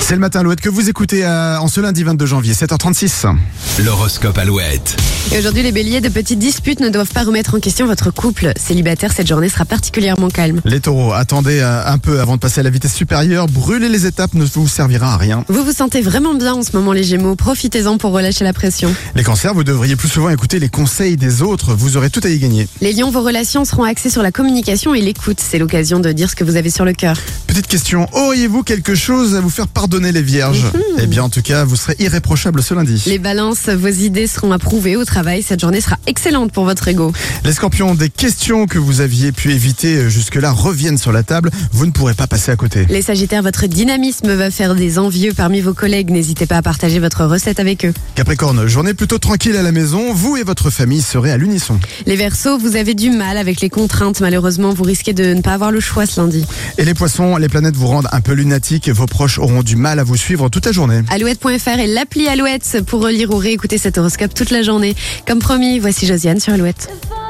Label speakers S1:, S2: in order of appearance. S1: C'est le matin Alouette que vous écoutez euh, en ce lundi 22 janvier, 7h36.
S2: L'horoscope Alouette.
S3: Et aujourd'hui, les béliers, de petites disputes ne doivent pas remettre en question votre couple. Célibataire, cette journée sera particulièrement calme.
S1: Les taureaux, attendez euh, un peu avant de passer à la vitesse supérieure. Brûler les étapes ne vous servira à rien.
S3: Vous vous sentez vraiment bien en ce moment, les gémeaux. Profitez-en pour relâcher la pression.
S1: Les cancers, vous devriez plus souvent écouter les conseils des autres. Vous aurez tout à y gagner.
S3: Les lions, vos relations seront axées sur la communication et l'écoute. C'est l'occasion de dire ce que vous avez sur le cœur.
S1: Petite question, auriez-vous quelque chose à vous faire pardonner les vierges Eh bien, en tout cas, vous serez irréprochable ce lundi.
S3: Les balances, vos idées seront approuvées au travail. Cette journée sera excellente pour votre ego.
S1: Les scorpions, des questions que vous aviez pu éviter euh, jusque-là reviennent sur la table. Vous ne pourrez pas passer à côté.
S3: Les sagittaires, votre dynamisme va faire des envieux parmi vos collègues. N'hésitez pas à partager votre recette avec eux.
S1: Capricorne, journée plutôt tranquille à la maison. Vous et votre famille serez à l'unisson.
S3: Les versos, vous avez du mal avec les contraintes. Malheureusement, vous risquez de ne pas avoir le choix ce lundi.
S1: Et les poissons, les planètes vous rendent un peu lunatiques. Vos proches auront du mal à vous suivre toute la journée.
S3: Alouette.fr et l'appli Alouette pour relire ou réécouter cet horoscope toute la journée. Comme promis, voici Josiane sur Alouette.
S4: If I